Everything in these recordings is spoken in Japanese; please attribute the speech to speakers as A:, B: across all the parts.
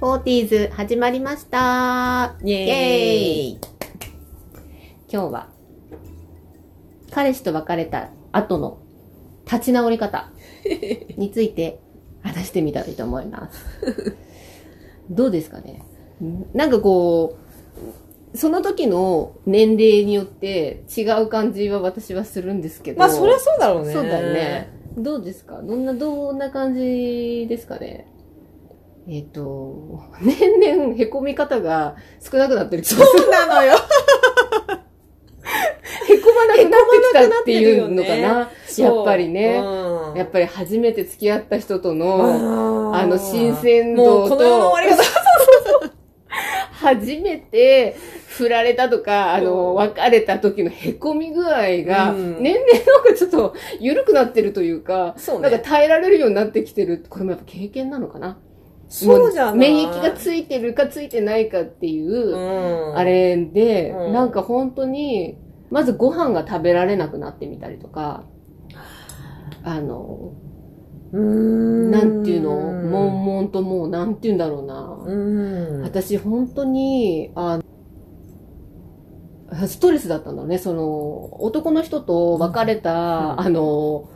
A: フォーティーズ始まりました。
B: イ
A: イ
B: エ
A: ェ
B: ー
A: ー
B: イ
A: イ今日は、彼氏と別れた後の立ち直り 方について話してみたいと思います。どうですかねなんかこう、その時の年齢によって違う感じは私はするんですけど。
B: まあそりゃそうだろうね
A: そうだよね。どうですかどんな、どんな感じですかねえっ、と、 年々凹み方が少なくなってる気がする。
B: そうなのよ
A: 凹まなくなってきたっていうのか
B: 凹まな
A: なやっぱりね
B: うん
A: やっぱり初めて付き合った人との、
B: あ
A: あの、新鮮
B: も
A: 度
B: うこの世の
A: と、
B: 終わり方
A: 初めて振られたとか、あ
B: うん
A: の、別れた時の凹み具合が、
B: うん
A: 年々なんかちょっと緩くなってるというか、
B: そう
A: なんか耐えられるようになってきてる。これもやっぱ経験なのかな
B: そうじゃない
A: もう免疫がついてるかついてないかっていう、
B: うん
A: あれで、
B: うん
A: なんか本当に、まずご飯が食べられなくなってみたりとか、あの、
B: うーん
A: なんていうの、悶々ともう、なんていうんだろうな。
B: うん
A: 私本当に、あストレスだったんだろうね。その、男の人と別れた、
B: うん
A: あの、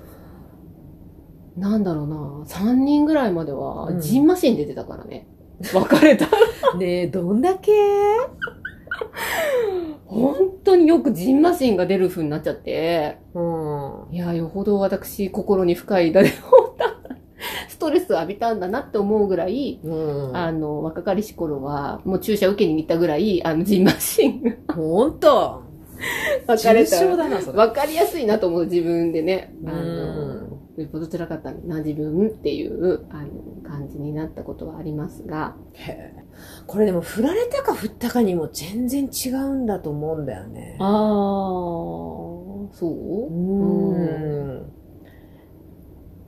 A: なんだろうな、3人ぐらいまでは
B: う、ん
A: ジンマシン出てたからね。別れた
B: ねえどんだけ
A: 本当によくジンマシンが出る風になっちゃって、
B: うん
A: いや、よほど私、心に深い誰を負ったストレスを浴びたんだなって思うぐらい、
B: うん
A: あの、若かりし頃は、もう注射受けに行ったぐらい、あの、ジンマシンが
B: ほんと
A: 別れ
B: 重症
A: た。
B: だなそれ
A: 分かりやすいなと思う、自分でね。あ
B: う
A: の、よっぽど辛かったんだな、自分っていう、あの、感じになったことはありますが、
B: へえこれでも振られたか振ったかにも全然違うんだと思うんだよね
A: あー、そうう
B: ん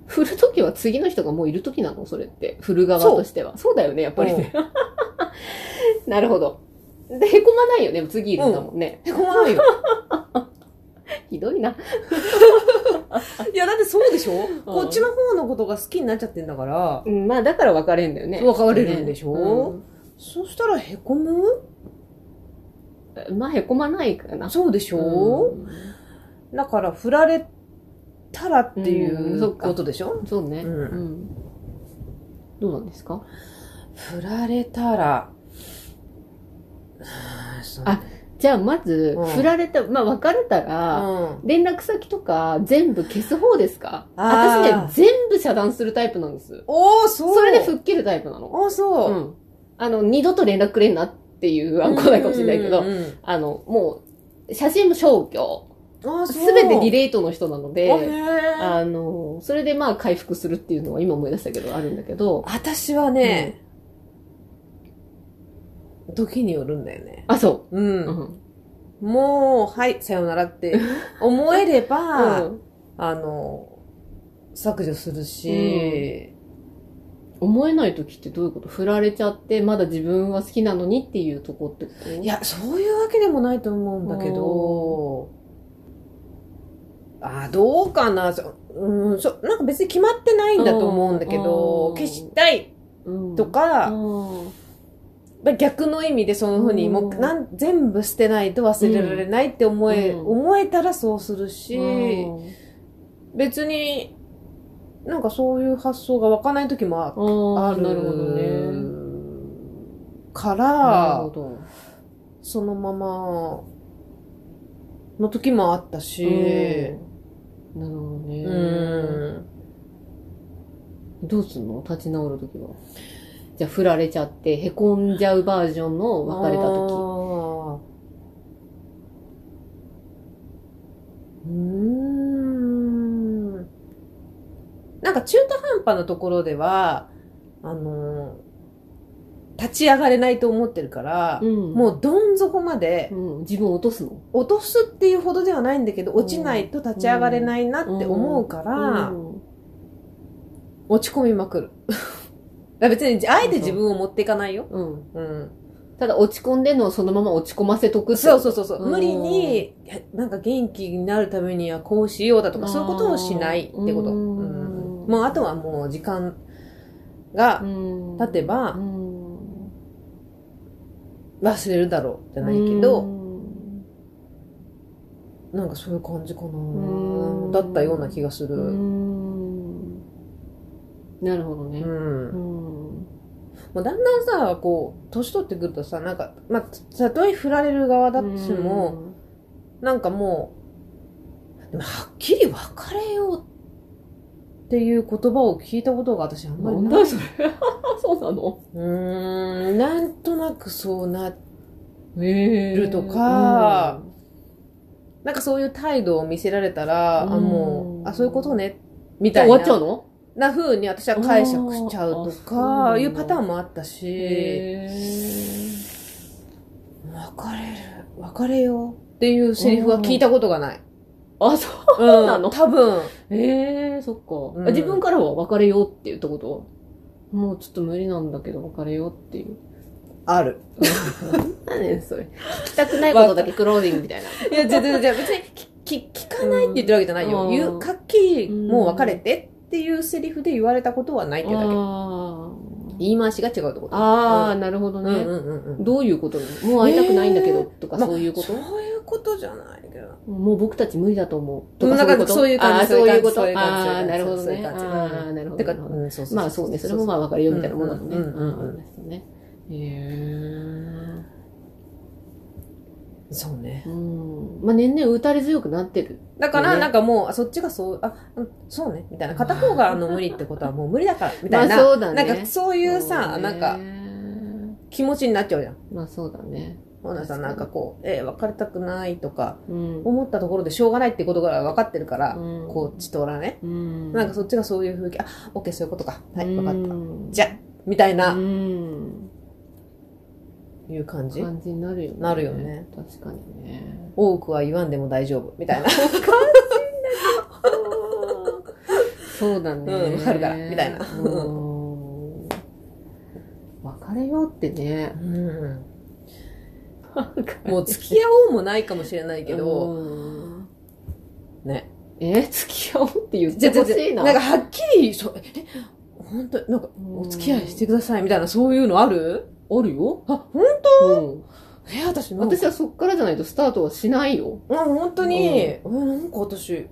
A: 振るときは次の人がもういるときなのそれって。振る側としては。そうだよね、やっぱりね。 なるほど。で、へこまないよね、次いるんだもんね。
B: へこまないよ
A: ひどいな。
B: いやだってそうでしょ、こっちの方のことが好きになっちゃってんだから
A: うん、まあ、だから別れんだよね。
B: 別れるんでしょ
A: ね
B: そしたらへこむ
A: うんまあ、へこまないかな。
B: そうでしょ、だから振られたらってい
A: うん
B: う
A: そっか
B: ことでしょ、
A: うんそうね、
B: うん
A: うんどうなんですか
B: 振られたら
A: あじゃあ、まず
B: うん、
A: 振られた、まあ、別れたら、
B: うん
A: 連絡先とか全部消す方ですか
B: あー
A: 私ね、全部遮断するタイプなんです。
B: おおそう
A: それで吹っ切るタイプなの。
B: おーそう、
A: うん。あの、二度と連絡くれんなっていうあんこないかもしれないけ
B: うん
A: ど、
B: うんうん
A: あの、もう、写真も消去。
B: あーそう
A: すべてディレートの人なの
B: あへ
A: で、
B: ー
A: あの、それでまあ回復するっていうのは今思い出したけど、あるんだけど、
B: 私はね、時によるんだよね
A: あ、そうう。
B: ん、
A: うん。
B: もうはいさよならって 思えれば、
A: うん
B: あの削除するし、
A: 思えない時ってどういうこと振られちゃって、まだ自分は好きなのにっていうとこってこと
B: い、やそういうわけでもないと思うんだけど、あどうかなそうんそなんか別に決まってないんだと思うんだけど、
A: うん
B: 消したい
A: うん
B: と、か、
A: うん
B: まあ逆の意味でそういうふうに、
A: うん
B: もうなん全部捨てないと忘れられないって思え、
A: うん
B: 思えたらそうするし、
A: うん
B: 別になんかそういう発想が湧かない時もあ
A: あ
B: あ
A: あ、
B: る
A: なるほどね。
B: か
A: なる
B: ら
A: ほど。
B: そのままの時もあったし、
A: うんなるほどね。
B: うん
A: どうすんの立ち直るときは。じゃあ、振られちゃって、へこんじゃうバージョンの別れたと
B: とき。うーん。なんか中途半端なところでは、あのー立ち上がれないと思ってるから
A: き。、んも
B: もうどん底まで
A: う、うん、自分を落とすの。
B: 落とすっていうほどではないんだけど、落ちないと立ち上がれないなって思うから、
A: うん
B: 落ち込みまくる。 だから別に、あえて自分を持っていかないよ。
A: うん。
B: うん。
A: ただ、落ち込んでんのをそのまま落ち込ませとくって
B: そうそうそうそう、
A: うん
B: 無理にいやなんか元気になるためにはこうしようだとかそういうことをしないってこと、
A: う
B: うんんもうあとはもう時間が
A: うん
B: 経てば
A: うん
B: 忘れるだろうじゃないけ
A: う
B: ど、
A: ん
B: なんかそういう感じか
A: ん
B: な。だったような気がす
A: う
B: る。
A: んなるほどね
B: う。
A: う。
B: ん
A: ん。
B: もうだんだんさ、こう、年取ってくるとさ、なんか、まあ、たとえ振られる側だとしても、なんかもう、でもはっきり別れようっていう言葉を聞いたことが私あん
A: うん、
B: ま
A: な
B: り
A: ん
B: ない。
A: だそれ。 そうなの
B: うーん、なんとなくそうな、
A: え
B: るとか、なんかそういう態度を見せられたら、あ、
A: うん
B: もう、あ、そういうことね、み
A: じゃ
B: た
A: あ終
B: い
A: わっちゃう
B: な、
A: の
B: な風に私は解釈しちゃうと
A: あーあ
B: か、
A: そう
B: いうパターンもあったし、
A: え。
B: 別れる、別れようっていうセリフは聞いたことがない。
A: あ、そううなの
B: ん、多分、
A: ええそっか、
B: うん
A: あ自分からは別れようって言ったこともうちょっと無理なんだけど別れようっていう。
B: ある。
A: 何ねんそれ。聞きたくないことだけクローディングみたいな。
B: いや、じゃじゃじゃ別に聞、聞かないって言ってるわけじゃないよ。
A: うん
B: 言う、かっきり、
A: うん
B: もう別れてっていうセリフで言われたことはないっていうだけ。
A: あー
B: 言い回しが違うってこと。
A: あー、なるほど
B: うんうん
A: ね。
B: うんうん。
A: どういうことなのもう会いたくないんだけどとか
B: まあ
A: そういうこと、
B: そういうことじゃないけど。
A: もう僕たち無理だと思うと
B: うん
A: か
B: なんかそういう感じ
A: あーそういうこと
B: そういう感じ
A: ああー、なるほど
B: そういう
A: ね。あ
B: 感じ
A: あー、なるほ
B: て
A: ど
B: か、
A: なるほど。
B: うん、そうそう
A: まあそうね、それもまあ別れようみたいなものだもんね。
B: うんうんうんうん
A: うんですよね。へえ。
B: そうね。
A: うんまあ年々打たれ強くなってる。
B: だから、
A: ね
B: なんかもう、あ、そっちがそう、あ、うんそうね、みたいな。片方があの無理ってことはもう無理だから、みたいな。
A: まあそうだね
B: なんかそういうさ、なんか気持ちになっちゃうじゃん。
A: まあそうだね。
B: ほなさ、なんかこう、えー別れたくないとか、
A: うん。
B: 思ったところでしょうがないってことが分かってるから、
A: うん
B: こっちとらね。
A: うん。
B: なんかそっちがそういう風景、あ、オッケーそういうことか。はい、分かった。
A: っ
B: じゃみたい
A: うん
B: な、
A: うん。
B: いう感じ。
A: 感じになるよね。
B: なるよね。
A: 確かに ね。
B: 多くは言わんでも大丈夫、みたいな。
A: そうだね。
B: うんわかるからみたいな
A: うん別れようってね。
B: もう付き合おうもないかもしれないけど、
A: うん
B: ね。
A: え、付き合おうって言ってほしいな。
B: なんかはっきり、そうえ、本当なんか、お付き合いしてください、みたいな、そういうのある
A: あるよ。
B: あ、ほん
A: うん
B: え、私なんか、
A: 私はそっからじゃないとスタートはしないよ。
B: あ、本当に、え、なんか私、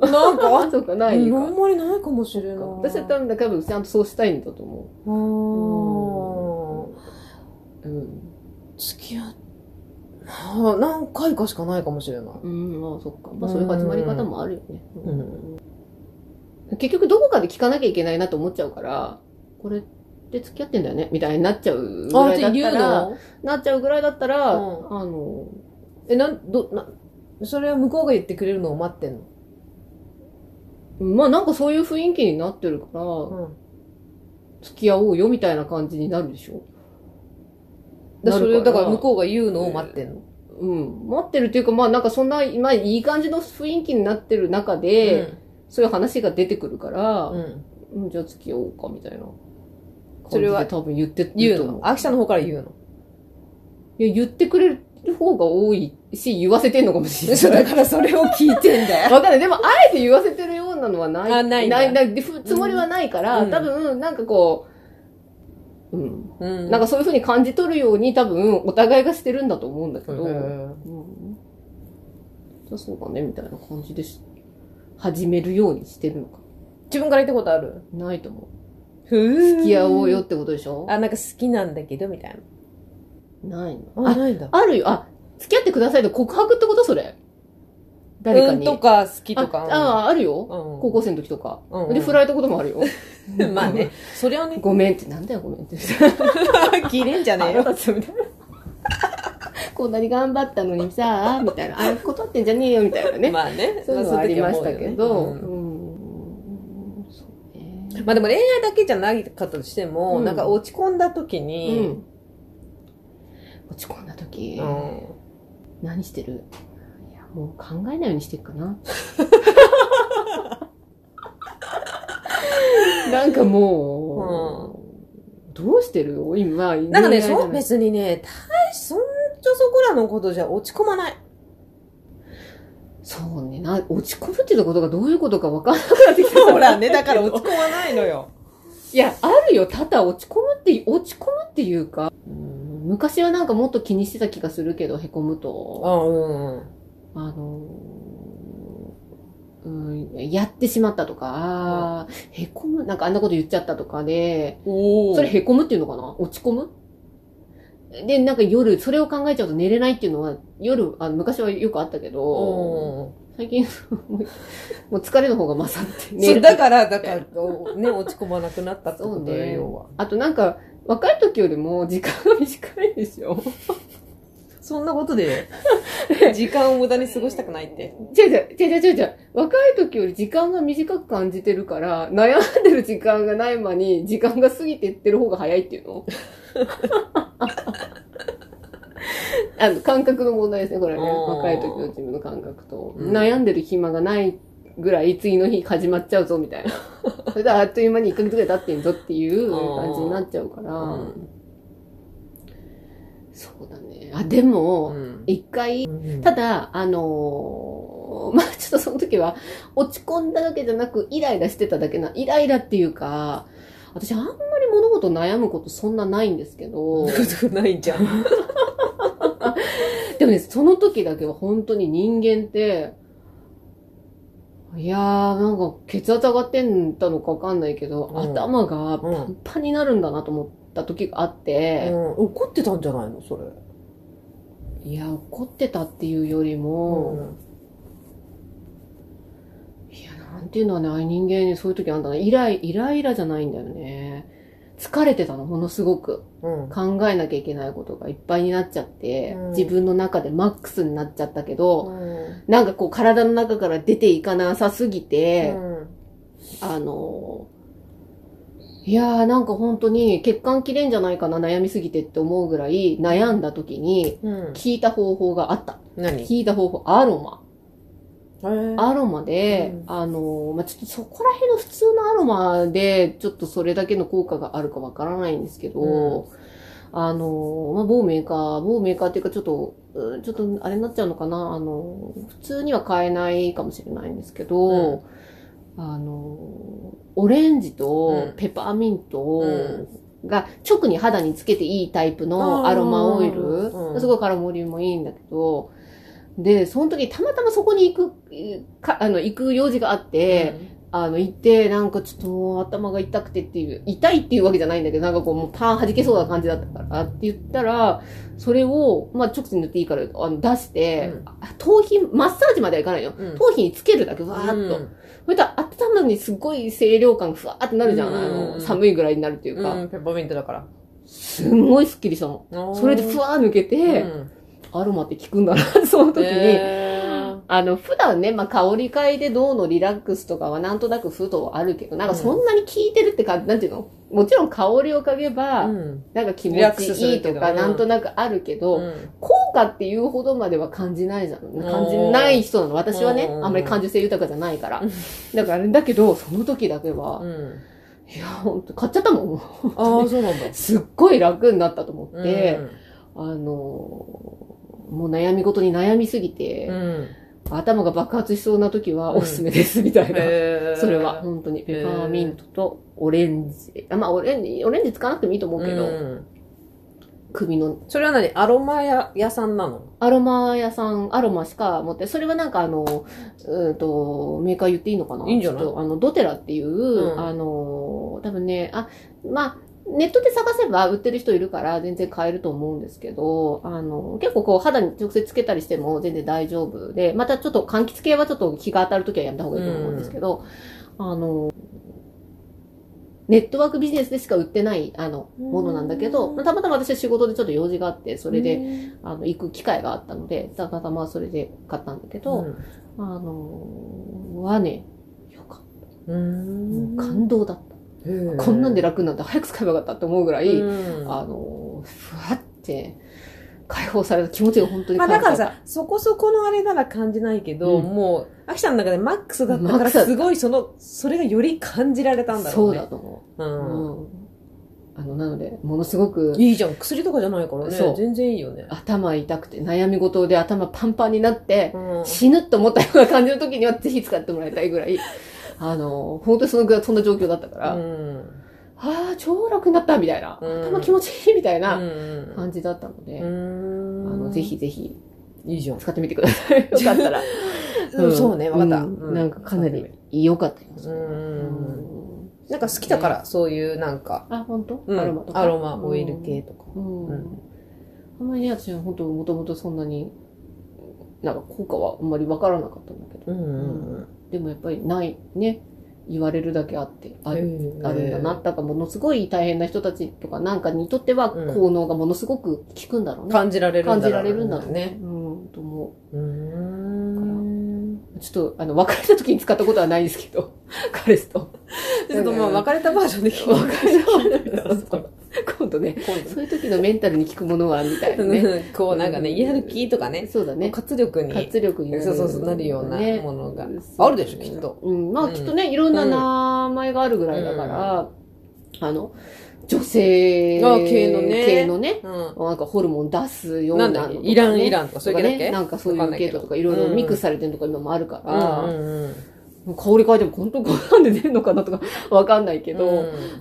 B: なんかあっ
A: あ、そうか、
B: た、
A: な
B: う
A: い
B: ん
A: か
B: あん。まりないかもしれない。
A: 私は多分、だからちゃんとそうしたいんだと思
B: あー
A: う。うん。
B: 付き合っあー何回かしかないかもしれない。
A: うん、まあそっか。まあそういう始まり方もあるよね。
B: うん
A: うん結局どこかで聞かなきゃいけないなと思っちゃうから、これって付き合ってんだよねみたいになっちゃうぐ
B: あ、
A: らい
B: じ
A: だ
B: ゃあ
A: っ
B: 言
A: た
B: う
A: ら、
B: の
A: なっちゃうぐらいだったら、
B: うん
A: あの、
B: え、なん、ど、な、それは向こうが言ってくれるのを待ってんの
A: まあなんかそういう雰囲気になってるから、
B: うん。
A: 付き合おうよみたいな感じになるでしょ。
B: だからそれ
A: な
B: を
A: る
B: だから向こうが言うのを待ってんの。
A: うん、待ってるっていうか、まあなんかそんな、まあいい感じの雰囲気になってる中で、そういう話が出てくるから、
B: うん、うん。
A: うん、じゃあ付き合おうかみたいな。
B: それは
A: 感じで多分言って、
B: 言
A: 言
B: う
A: うと
B: の
A: 思。
B: 秋さんの方から言うの。
A: う。いや、言ってくれる方が多いし、言わせてんのかもしれ
B: そう
A: な
B: だ
A: い。
B: からそれを聞いてん だよ。
A: わかんない。でも、あえて言わせてるようなのはない。
B: あないんだ
A: ない、ないでふつもりはないから、
B: うん
A: 多分、なんかこう、うん。
B: うん
A: なんかそういうふうに感じ取るように多分、お互いがしてるんだと思うんだけ
B: う
A: ど、
B: ん、
A: うんじゃあそうだね、みたいな感じでし、始めるようにしてるのか。
B: 自分から言ったことある
A: ないと思う。
B: 付
A: 付き合おうよってことでしょ
B: あ、なんか好きなんだけど、みたい
A: ないの。
B: な。
A: あ、
B: ないんだ。
A: あるよ。あ、付き合ってくださいと告白ってことそれ。誰か
B: う
A: に。
B: んとか好きとか。
A: ああ、あるよ。
B: うん
A: 高校生の時とか。
B: うんうん
A: で、振られたこともある よ。
B: まあね。それをね、
A: ごめんって、なんだよごめんって。
B: 切れんじゃねえよ。
A: こんなに頑張ったのにさ、みたいな。あれ断ってんじゃねえよ、みたいなね。
B: まあね。
A: そういうのはありましたけど。
B: うん
A: うんうんそうね
B: まあでも恋愛だけじゃないかったとしても、
A: うん
B: なんか落ち込んだ時
A: う
B: に、
A: ん落ち込んだ時、
B: うん
A: 何してるいや、もう考えないようにしてるか な。なんかもう、どうしてるよ今、
B: なんかね、
A: 恋愛じゃ
B: そ、
A: いう
B: 別にね、大し、そんじょそこらのことじゃ落ち込 まない。
A: そうねな、落ち込むってことがどういうことか分からなくなってき た。
B: ほらね、だから落ち込まないのよ。
A: いや、あるよ。ただ落ち込むって、落ち込むっていうか、うん昔はなんかもっと気にしてた気がするけど、へこむと、
B: あうんうん。
A: あのー、うん、やってしまったとか、あーへこむ、なんかあんなこと言っちゃったとかで、
B: おお。
A: それへこむっていうのかな落ち込むで、なんか夜、それを考えちゃうと寝れないっていうのは、夜、あの昔はよくあったけど、
B: お
A: 最近、 もうもう疲れの方が勝って
B: そ
A: 寝
B: う
A: る。
B: だから、だから、おね、落ち込まなくなったってこと
A: そう
B: よ、
A: ね
B: 要は。
A: あとなんか、若い時よりも時間が短いでしょ
B: そんなことで、 時間を無駄に過ごしたくないって。
A: 違う違う、違う違う違う。若い時より時間が短く感じてるから、悩んでる時間がない間に、時間が過ぎてってる方が早いっていう のあの、感覚の問題ですね、これはね。
B: うん
A: 若い時の自分の感覚と。
B: うん
A: 悩んでる暇がないぐらい、次の日始まっちゃうぞ、み たいな。それであっという間に1ヶ月ぐらい経ってんぞっていう感じになっちゃうから。
B: うん
A: そうだね。あ、でも、
B: ん
A: 一回、ただ、あのーまあ ちょっとその時は、落ち込んだだけじゃなく、イライラしてただけな、イライラっていうか、私あんまり物事悩むことそんなないんですけ ど、
B: ないじゃん。
A: でもね、その時だけは本当に人間って、いやー、なんか血圧上がってんだのかわかんないけど、
B: うん
A: 頭がパンパンになるんだなと思った時があって、
B: 怒ってたんじゃないのそれ。
A: いや、怒ってたっていうよりも、いや、なんていうのはね、ああいう人間にそういう時あんだな。イライ、イライラじゃないんだよね。疲れてたの、ものすごく。
B: うん。
A: 考えなきゃいけないことがいっぱいになっちゃって、
B: うん
A: 自分の中でマックスになっちゃったけど、なんかこう体の中から出ていかなさすぎて、あの、いやーなんか本当に血管切れんじゃないかな、悩みすぎてって思うぐらい悩んだ時に、
B: うん。
A: 聞いた方法があった。
B: 何
A: 聞いた方法、アロマ。
B: あ、
A: アロマで、
B: うん
A: あの、まあ、ちょっとそこら辺の普通のアロマで、ちょっとそれだけの効果があるかわからないんですけど、
B: う
A: あの、まあ、某メーカー、某メーカーっていうかちょっと、うんちょっとあれになっちゃうのかな、あの、普通には買えないかもしれないんですけど、あの、オレンジ
B: う
A: と
B: ん
A: ペパーミント
B: うん
A: が直に肌につけていいタイプのアロマオイル、
B: うん
A: すごいカラモリもいいんだけど、で、その時たまたまそこに行く、えーか、あの、行く用事があって、あの、行って、なんかちょっともう頭が痛くてっていう、痛いっていうわけじゃないんだけど、なんかこうもうパーン弾けそうな感じだったからって言ったら、それを、まあ、直接塗っていいから、あの、出して、
B: うん
A: あ頭皮、マッサージまではいかないよ。
B: うん
A: 頭皮につけるだけ、わーっと。それと頭にすごい清涼感がふわーってなるじゃん。あ
B: う
A: の、
B: ん
A: 寒いぐらいになるっていうか、
B: うん。ペッパーミントだから。
A: すんごいスッキリしたの。それでふ
B: わ
A: わー抜けて、アロマって効くんだな、 その時に。あの、普段ね、まあ、香り嗅いでどうのリラックスとかはなんとなくふとあるけど、なんかそんなに効いてるって感じ、なんていうのもちろん香りを嗅げば、なんか気持
B: リラック
A: ち
B: スする
A: いい
B: け
A: と
B: ど
A: か、
B: うん
A: なんとなくあるけど、効果っていうほどまでは感じないじゃん。感じない人なの。私はね、
B: うん
A: あんまり感受性豊かじゃないから
B: うん。
A: だから、だけど、その時だけは、いや、ほんと、買っちゃったもん。
B: ああ、そうなん だ。
A: すっごい楽になったと思って、
B: うん
A: あのー、もう悩み事に悩みすぎて、
B: うん
A: 頭が爆発しそうな時は
B: うん
A: おすすめです、みたいな。
B: へ ー
A: それは、本当に。ペパーミントとオレンジ。あまあ、オレンジ、オレンジ使わなくてもいいと思うけど、
B: うん
A: 首の
B: それは何アロマ屋屋さんなの
A: アロマ屋さん、アロマしか持って、それはなんかあの、うーんと、メーカー言っていいのかない
B: いんじゃない
A: ちょっとあの、ドテラっていう、
B: うん
A: あの、多分ね、あ、まあ、ネットで探せば売ってる人いるから全然買えると思うんですけど、あの、結構こう肌に直接つけたりしても全然大丈夫で、またちょっと柑橘系はちょっと日が当たるときはやめた方がいいと思うんですけど、あの、ネットワークビジネスでしか売ってない、あの、ものなんだけど、
B: うん
A: まあたまたま私は仕事でちょっと用事があって、それで、
B: うん
A: あの、行く機会があったので、たまたまそれで買ったんだけど、あのーはね、よかっ
B: うん
A: た。もう感動だった。こんなんで楽になって早く使えばよかったって思うぐらい、
B: うん
A: あのーふわって解放された気持ちが本当に
B: まあだから
A: さ
B: さ、そこそこのあれなら感じないけど、
A: うん
B: もう、アキさんの中でマックスだった
A: マッ
B: か
A: ク
B: ら、
A: スだった
B: すごいその、それがより感じられたんだろ
A: そうう
B: ね。
A: だと思
B: う。
A: う。うんん。あの、なので、ものすごく、
B: いいじゃん。薬とかじゃないからね。
A: そう
B: 全然いいよね。
A: 頭痛くて、悩み事で頭パンパンになって
B: う、ん
A: 死ぬと思ったような感じの時にはぜひ使ってもらいたいぐらい、あのー本当にそのぐらい、そんな状況だったから、
B: うん。
A: あああ、超楽になったみたいな、
B: うん
A: 頭気持ちいいみたいな
B: うん
A: 感じだったので、
B: うん
A: あの、ぜひぜひ
B: いいじゃん。
A: 使ってみてくださ い。よかったら。
B: うんそうね、わかった。
A: うん
B: うん
A: なんかかなり良かったです。
B: うん。
A: うん
B: なんか好きだから、そういうなんか、
A: あ、本当？
B: うん
A: アロマとか。
B: アロマ、オイル系とか。
A: うん。
B: う
A: あんまりね、私は本当もともとそんなに、なんか効果はあんまりわからなかったんだけど、
B: うんうんうん。
A: でもやっぱりない、ね、言われるだけあって、ある。あるんだな。
B: へ
A: だからものすごい大変な人たちとかなんかにとっては
B: うん
A: 効能がものすごく効くんだろう
B: ー
A: ね。
B: 感じられるんだ
A: 感
B: ろう
A: じられるんだろうね
B: ね。。
A: うん、と思
B: うーん。
A: う。ちょっと、あの、別れた時に使ったことはないですけ ど、彼氏と。
B: ちょっとまあ、別れたバージョンで聞く。
A: 別れた今度ね、
B: 今度
A: そういう時のメンタルに効くものは、みたいなね。
B: ね、こうなんか ね、やる気とかね、
A: そうだね。
B: 活力に、
A: 活力になる。
B: そうそうそう、なるような
A: ね
B: ものが
A: うん。
B: あるでしょ、きっと。
A: うん、まあ
B: うん
A: きっとね、いろんな名前があるぐらいだから、あの、女性
B: あ系のね
A: 系のね、
B: う
A: なんかホルモン出すよう
B: ん。
A: な
B: なん
A: のとか
B: だっけ
A: ね、
B: イラン、イランとか、そ
A: と
B: うい
A: か
B: う系
A: ね、
B: だ
A: な
B: っ
A: んかそういう系統とかいろ
B: わ
A: い
B: かん
A: ろ
B: ないけど
A: ミックスされてるとか今もあるか
B: け
A: ら、
B: うんうんうん。
A: 香り変えても本当にこんなんで出んのかなとか わかんないけ
B: け
A: ど、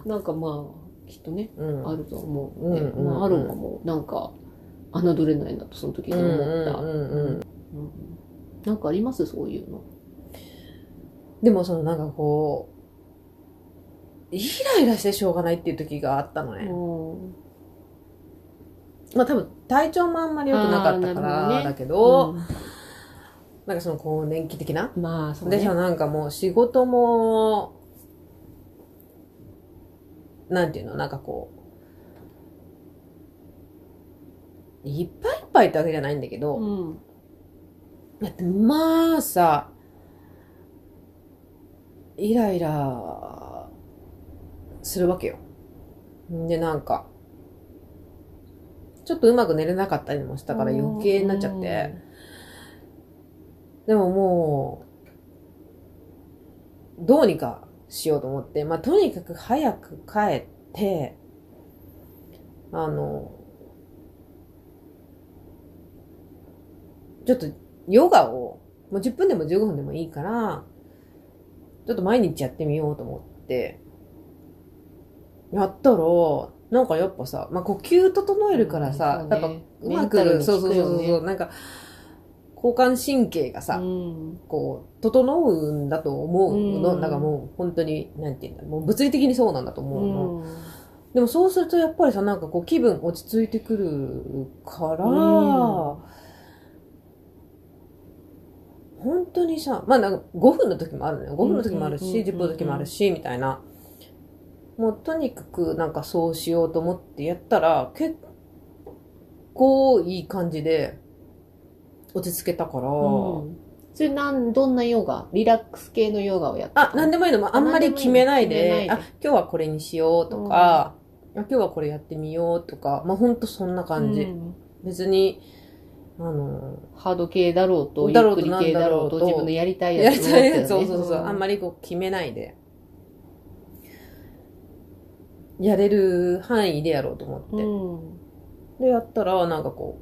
A: なんかまあ、きっとね、
B: うん。
A: あると思うので、
B: うんうんうん
A: まあアロマもなんか、侮れないなとその時に思った。
B: うんうんうんうん
A: うんなんかありますそういうの。
B: でもそのなんかこう、イライラしてしょうがないっていう時があったのね。まあ多分体調もあんまり良くなか
A: あ
B: ったか
A: ーなるほど
B: ら
A: ね
B: だけ
A: お
B: ど、なんかその更年期的な。
A: まあ、そう
B: で
A: ね。
B: さ、なんかもう仕事も、なんていうの、なんかこう、いっぱいいっぱいってわけじゃないんだけど、
A: うん
B: だってまあさ、イライラするわけよ。で、なんか、ちょっとうまく寝れなかったりもしたから余計になっちゃって。。でももう、どうにかしようと思って、まあとにかく早く帰って、あの、ちょっとヨガを、もう10分でも15分でもいいから、ちょっと毎日やってみようと思って、やったら、なんかやっぱさ、まあ呼吸整えるからさ、やっぱうまく、そうそうそうそう、なんか、交感神経がさ、こう、整うんだと思うの、
A: うん
B: なんかもう本当に、なんていうんだ、もう物理的にそうなんだと思うの。
A: う
B: でもそうするとやっぱりさ、なんかこう気分落ち着いてくるから、
A: うん
B: 本当にさ、まあなんか5分の時もあるのよ。5分の時もあるし、
A: うんうんうんうん
B: 10分の時もあるし、みたいな。もうとにかくなんかそうしようと思ってやったら、結構いい感じで落ち着けたから、
A: ん。それなん、どんなヨガリラックス系のヨガをやって
B: あ、なん
A: で
B: でもいいのもあんまり決めないで、
A: あなんでもいいの決め
B: あ
A: ないで、
B: 今日はこれにしようとか、あ今日はこれやってみようとか、まあほんとそんな感じ。別に、あの、
A: ハード系だろうと、ゆ
B: だ
A: っ
B: ろう
A: く
B: と
A: り系だろうと、
B: なんだろうと
A: 自分のやりたい
B: や
A: や
B: り
A: つを
B: たいやつ、 そう
A: ね
B: そうそう、あんまりこう決めないで、やれる範囲でやろうと思
A: う
B: っ
A: ん。
B: て。で、やったら、なんかこ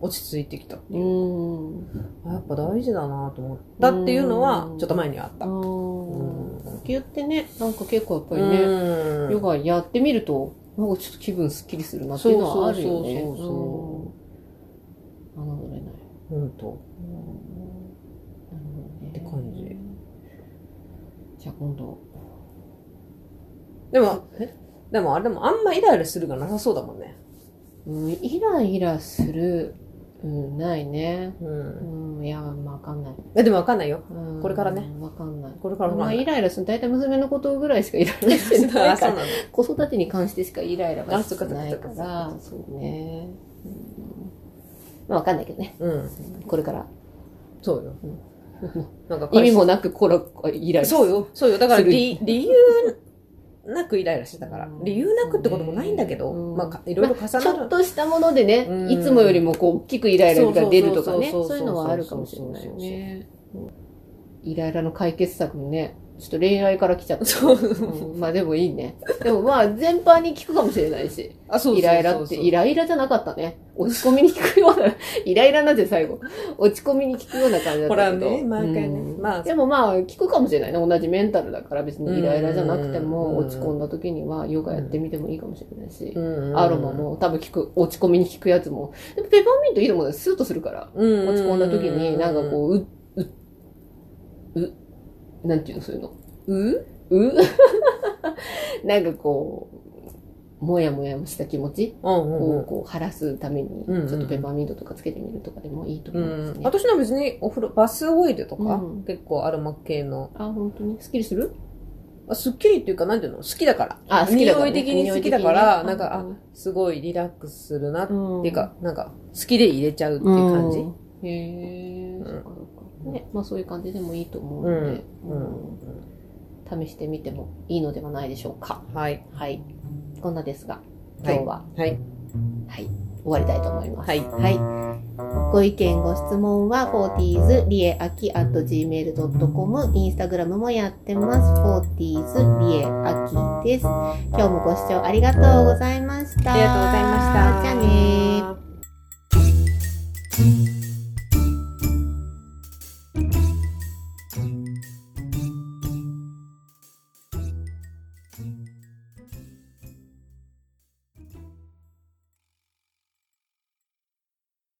B: う、落ち着いてきた。
A: うん。
B: あやっぱ大事だなと思ったっていうのは
A: う、ん
B: ちょっと前にはあった。
A: 呼
B: うん
A: 吸ってね、なんか結構やっぱりね、
B: うん
A: ヨガやってみると、なんかちょっと気分すっきりするなっていうのはあるよね。
B: そうそうそう
A: そう。侮れない。
B: 本当。
A: なるほどね。
B: って感じ。
A: じゃあ今度。
B: でも、
A: え
B: でもあれでもあんまイライラするがなさそうだもんね。
A: うん、イライラする、うん、ないね。
B: う。
A: うんん、いや、まあわかんない。
B: え、でもわかんないよ。
A: うん
B: これからね。
A: わかんない。
B: これからわ
A: ま
B: か
A: あ、
B: んない。
A: イライラする。大体娘のことぐらいしかイライラして
B: あ
A: ないか
B: そう
A: ら。
B: なんだ。
A: 子育てに関してしかイライラが
B: あ
A: し
B: そってかそっか
A: ないから、そうね。うんまあわかんないけどね。
B: うん。
A: これから。
B: そうよ
A: うん。
B: なんか
A: 意味もなくコロ、イライラ。
B: そう。よ。そうよ。だから
A: する
B: 理、理由なくイライラしてたから
A: う。ん
B: 理由なくってこともないんだけど、
A: うん
B: まあか、いろいろ重なる。
A: ちょっとしたものでね、
B: うん
A: いつもよりもこう大きくイライラが出るとかね、
B: そうそ
A: そ
B: うそうそう
A: ういうのはあるかもしれないよね。イライラの解決策もね、ちょっと恋愛から来 ちゃった。
B: そう。
A: うんまあでもいいね。でもまあ全般に聞くかもしれないし。
B: あ、そうそうそうそう
A: イライラって、イライラじゃなかったね。落ち込みに聞くような、 イライラなんて最後。落ち込みに聞くような感じだっ
B: ほ
A: た
B: ら
A: けど。
B: ね、毎回ね。
A: うん
B: まあ、
A: でもまあ、聞くかもしれないね。同じメンタルだから別にイライラじゃなくて
B: うん
A: も、落ち込んだ時にはヨガやってみてもいいかもしれないし。
B: うん
A: アロマ、も多分聞く、落ち込みに聞くやつも。でもペパーミントいいと思うよ。スーッとするから。
B: 落
A: 落ち込んだ時に、なんかこう、う、う、う、なんていうの、そういうの。
B: うん、
A: う なんかこう、もやもやした気持ち
B: うんうん
A: を
B: う
A: こう晴らすために、ち
B: うんうん
A: ょっとペパーミントとかつけてみるとかでもいいと思いま
B: ん
A: す
B: う
A: ね
B: ん、。私のは別にお風呂、バスオイルとか、
A: うん
B: 結構アロマ系の、
A: あ、本当にすっきりする
B: あすっきりっていうか、なんていうの好きだから。
A: あ、好きだからね。
B: 匂い的に好きだから
A: 匂い的にね
B: なんかあすごいリラックスするな、
A: うん
B: っていうか、なんか、好きで入れちゃうっていう感じ。
A: うんへ
B: ん
A: ーそっかそっかね、まあそういう感じでもいいと思うの
B: うん
A: で、、
B: うん。
A: うん試してみてもいいのではないでしょうか。
B: はい。
A: はい。こんなですが、今日は、
B: はい。
A: はい、終わりたいと思います。
B: はい。
A: はい。ご意見、ご質問は、40s リエアキ at gmail.com、インスタグラムもやってます。40s リエアキです。今日もご視聴ありがとうございました。
B: ありがとうございました。
A: じゃあねー。
B: ー。